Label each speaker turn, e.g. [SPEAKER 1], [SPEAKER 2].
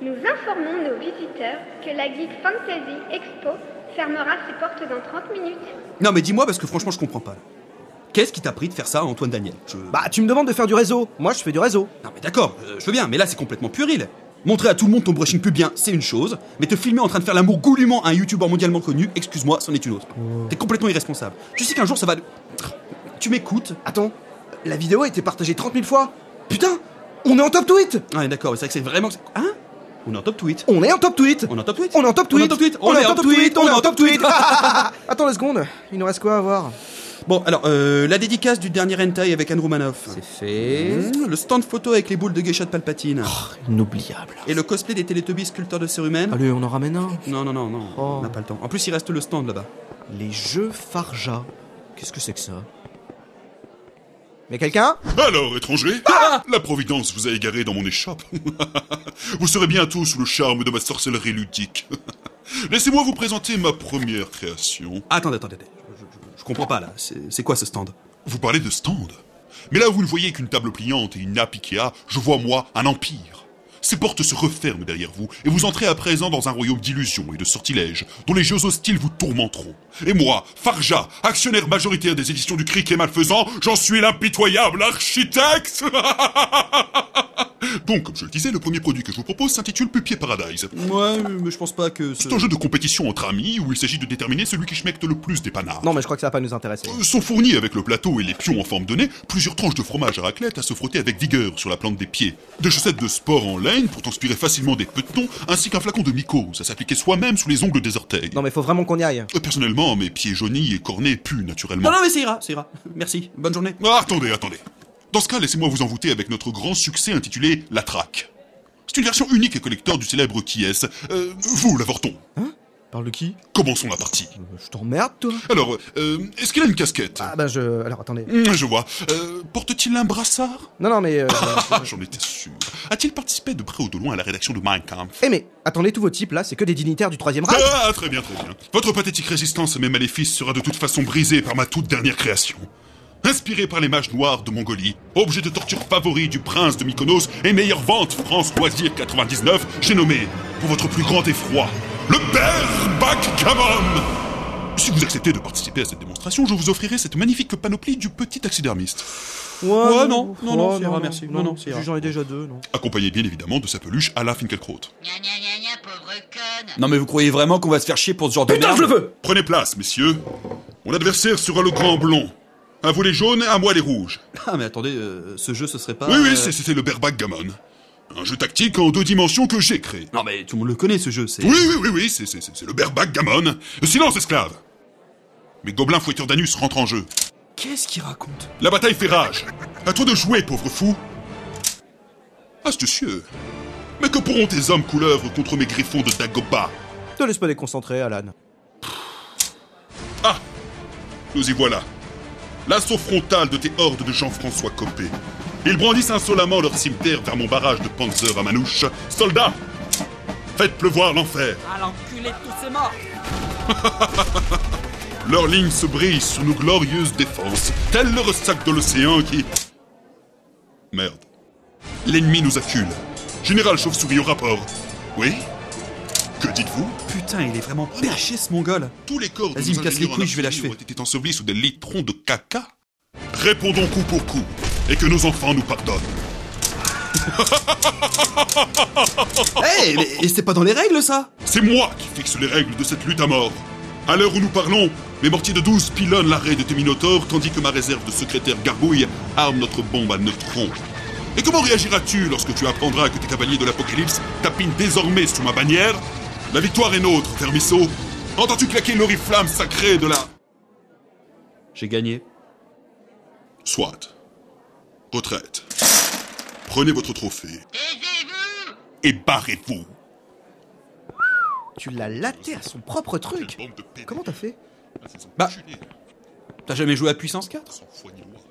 [SPEAKER 1] Nous informons nos visiteurs que la Geek Fantasy Expo fermera ses portes dans 30 minutes.
[SPEAKER 2] Non mais dis-moi parce que franchement je comprends pas. Qu'est-ce qui t'a pris de faire ça à Antoine Daniel Je-
[SPEAKER 3] Bah, tu me demandes de faire du réseau. Moi, je fais du réseau.
[SPEAKER 2] Non mais d'accord, euh, je veux bien, mais là c'est complètement puéril. Montrer à tout le monde ton brushing pubien, c'est une chose, mais te filmer en train de faire l'amour goulûment à un youtubeur mondialement connu, excuse-moi, c'en est une autre.
[SPEAKER 3] Oh.
[SPEAKER 2] T'es complètement irresponsable. Tu sais qu'un jour ça va... Tu m'écoutes
[SPEAKER 3] Attends, la vidéo a été partagée 30 000 fois. Putain, on est en top tweet.
[SPEAKER 2] Ah ouais, d'accord, mais c'est vrai que c'est vraiment... Hein On est en top tweet.
[SPEAKER 3] On est en top tweet.
[SPEAKER 2] On est en top tweet
[SPEAKER 3] On est en top
[SPEAKER 2] On est en
[SPEAKER 3] tweet.
[SPEAKER 2] top tweet On est en top tweet
[SPEAKER 3] On est en top tweet. Attends la seconde. Il nous reste quoi à voir
[SPEAKER 2] Bon, alors, euh, la dédicace du dernier hentai avec Anne Roumanoff.
[SPEAKER 3] fait.
[SPEAKER 2] Mmh, Le stand photo avec les boules de geisha de Palpatine.
[SPEAKER 3] Oh. Inoubliable.
[SPEAKER 2] Et le cosplay des Teletubbies sculpteurs de sœurs humaines.
[SPEAKER 3] Allez, on en ramène un.
[SPEAKER 2] Non, non, non, non,
[SPEAKER 3] Oh.
[SPEAKER 2] on n'a pas le temps. En plus, il reste le stand là-bas.
[SPEAKER 3] Les jeux Farja. Qu'est-ce que c'est que ça Mais quelqu'un
[SPEAKER 4] Alors, étranger, la Providence vous a égaré dans mon échoppe. vous serez bientôt sous le charme de ma sorcellerie ludique. Laissez-moi vous présenter ma première création.
[SPEAKER 2] Attendez, attendez, attendez. Je, je- je comprends pas là. C'est c'est quoi ce stand
[SPEAKER 4] Vous parlez de stand. Mais là, vous ne voyez qu'une table pliante et une nappe Ikea, je vois, moi, un empire. Ces portes se referment derrière vous, et vous entrez à présent dans un royaume d'illusions et de sortilèges, dont les jeux hostiles vous tourmenteront. Et moi, Farja, actionnaire majoritaire des éditions du Cric et Malfaisant, j'en suis l'impitoyable architecte Donc, comme je le disais, le premier produit que je vous propose s'intitule Pupier Paradise.
[SPEAKER 2] Ouais, mais je pense pas que ce.
[SPEAKER 4] C'est un jeu de compétition entre amis où il s'agit de déterminer celui qui schmecte le plus des panards.
[SPEAKER 3] Non, mais je crois que ça va pas nous intéresser.
[SPEAKER 4] Euh, Sont fournis avec le plateau et les pions en forme de nez, plusieurs tranches de fromage à raclette à se frotter avec vigueur sur la plante des pieds, des chaussettes de sport en laine pour transpirer facilement des petons, ainsi qu'un flacon de mycose à s'appliquer soi-même sous les ongles des orteils.
[SPEAKER 3] Non, mais faut vraiment qu'on y aille.
[SPEAKER 4] Euh, Personnellement, mes pieds jaunis et cornés puent naturellement.
[SPEAKER 2] Non, non, mais ça ira, ça ira. Merci. Bonne journée.
[SPEAKER 4] Ah, attendez, attendez. Dans ce cas, laissez-moi vous envoûter avec notre grand succès intitulé La Traque. C'est une version unique et collector du célèbre qui est vous, l'avorton.
[SPEAKER 3] Parle de qui
[SPEAKER 4] Commençons la partie.
[SPEAKER 3] Euh, Je t'emmerde, toi
[SPEAKER 4] Alors, euh, est-ce qu'il a une casquette
[SPEAKER 3] Ah, bah je. Alors, attendez.
[SPEAKER 4] Hum, Je vois. Euh, Porte-t-il un brassard
[SPEAKER 3] Non, non, mais. euh,
[SPEAKER 4] Ah, j'en étais sûr. A-t-il participé de près ou de loin à la rédaction de Mein Kampf
[SPEAKER 3] Eh, mais attendez, tous vos types là, c'est que des dignitaires du troisième Reich
[SPEAKER 4] Ah, très bien, très bien. Votre pathétique résistance à mes maléfices sera de toute façon brisée par ma toute dernière création. Inspirée par les mages noirs de Mongolie, objet de torture favori du prince de Mykonos et meilleure vente France Loisir 99, j'ai nommé, pour votre plus grand effroi, le père Backgammon Si vous acceptez de participer à cette démonstration, je vous offrirai cette magnifique panoplie du petit taxidermiste.
[SPEAKER 2] Euh, Ouais, non, non, non, ça ira, merci. Non, non, ça ira.
[SPEAKER 3] J'en ai déjà deux, non
[SPEAKER 4] Accompagné bien évidemment de sa peluche à la Finkelkraut.
[SPEAKER 5] Gna gna gna gna, pauvre conne
[SPEAKER 2] Non, mais vous croyez vraiment qu'on va se faire chier pour ce genre de.
[SPEAKER 3] Putain,
[SPEAKER 2] merde
[SPEAKER 3] je le veux
[SPEAKER 4] Prenez place, messieurs. Mon adversaire sera le grand blond. À vous les jaunes, à moi les rouges.
[SPEAKER 2] Ah, mais attendez, euh, ce jeu, ce serait pas.
[SPEAKER 4] oui, oui,
[SPEAKER 2] euh,
[SPEAKER 4] c'est- c'était le berbac gammon. Un jeu tactique en deux dimensions que j'ai créé.
[SPEAKER 2] Non, mais euh, tout le monde le connaît ce jeu, c'est.
[SPEAKER 4] Oui, oui, oui, oui, c'est- c'est c'est- c'est le berbac gammon. Silence, esclave Mes gobelins fouetteurs d'anus rentrent en jeu.
[SPEAKER 2] Qu'est-ce qu'il raconte
[SPEAKER 4] La bataille fait rage. À toi de jouer, pauvre fou. Astucieux. Mais que pourront tes hommes couleuvres contre mes griffons de Dagoba
[SPEAKER 3] Te laisse pas déconcentrer, Alan.
[SPEAKER 4] Nous y voilà. L'assaut frontal de tes hordes de Jean-François Copé. Ils brandissent insolemment leur cimetière vers mon barrage de Panzer à Manouche. Soldats Faites pleuvoir l'enfer
[SPEAKER 6] À l'enculé de tous ces morts
[SPEAKER 4] Leurs lignes se brisent sous nos glorieuses défenses, tel le ressac de l'océan qui... Merde. L'ennemi nous accule. Général Chauve-souris au rapport. Oui Que dites-vous
[SPEAKER 2] Putain, il est vraiment perché ce mongol.
[SPEAKER 4] Tous les corps de
[SPEAKER 2] Vas-y,
[SPEAKER 4] nos
[SPEAKER 2] me casse les
[SPEAKER 4] ingénieurs en
[SPEAKER 2] couilles, je vais
[SPEAKER 4] artillerie
[SPEAKER 2] l'achever.
[SPEAKER 4] ont été ensevelis sous des litrons de caca Répondons coup pour coup, et que nos enfants nous pardonnent.
[SPEAKER 2] Eh, mais et c'est pas dans les règles ça
[SPEAKER 4] C'est moi qui fixe les règles de cette lutte à mort. À l'heure où nous parlons, mes mortiers de 12 pilonnent l'arrêt de tes minotaures, tandis que ma réserve de secrétaire Gargouille arme notre bombe à neutrons. Et comment réagiras-tu lorsque tu apprendras que tes cavaliers de l'Apocalypse tapinent désormais sous ma bannière La victoire est nôtre, Vermisseau. Entends-tu claquer l'oriflamme sacrée de la...
[SPEAKER 2] J'ai gagné.
[SPEAKER 4] Soit. Retraite. Prenez votre trophée
[SPEAKER 5] Taisez-vous
[SPEAKER 4] et barrez-vous.
[SPEAKER 3] Tu l'as laté à son propre truc
[SPEAKER 4] Bombe de PD.
[SPEAKER 3] Comment t'as fait
[SPEAKER 2] Bah. T'as jamais joué à Puissance 4
[SPEAKER 4] Sans foi ni loi.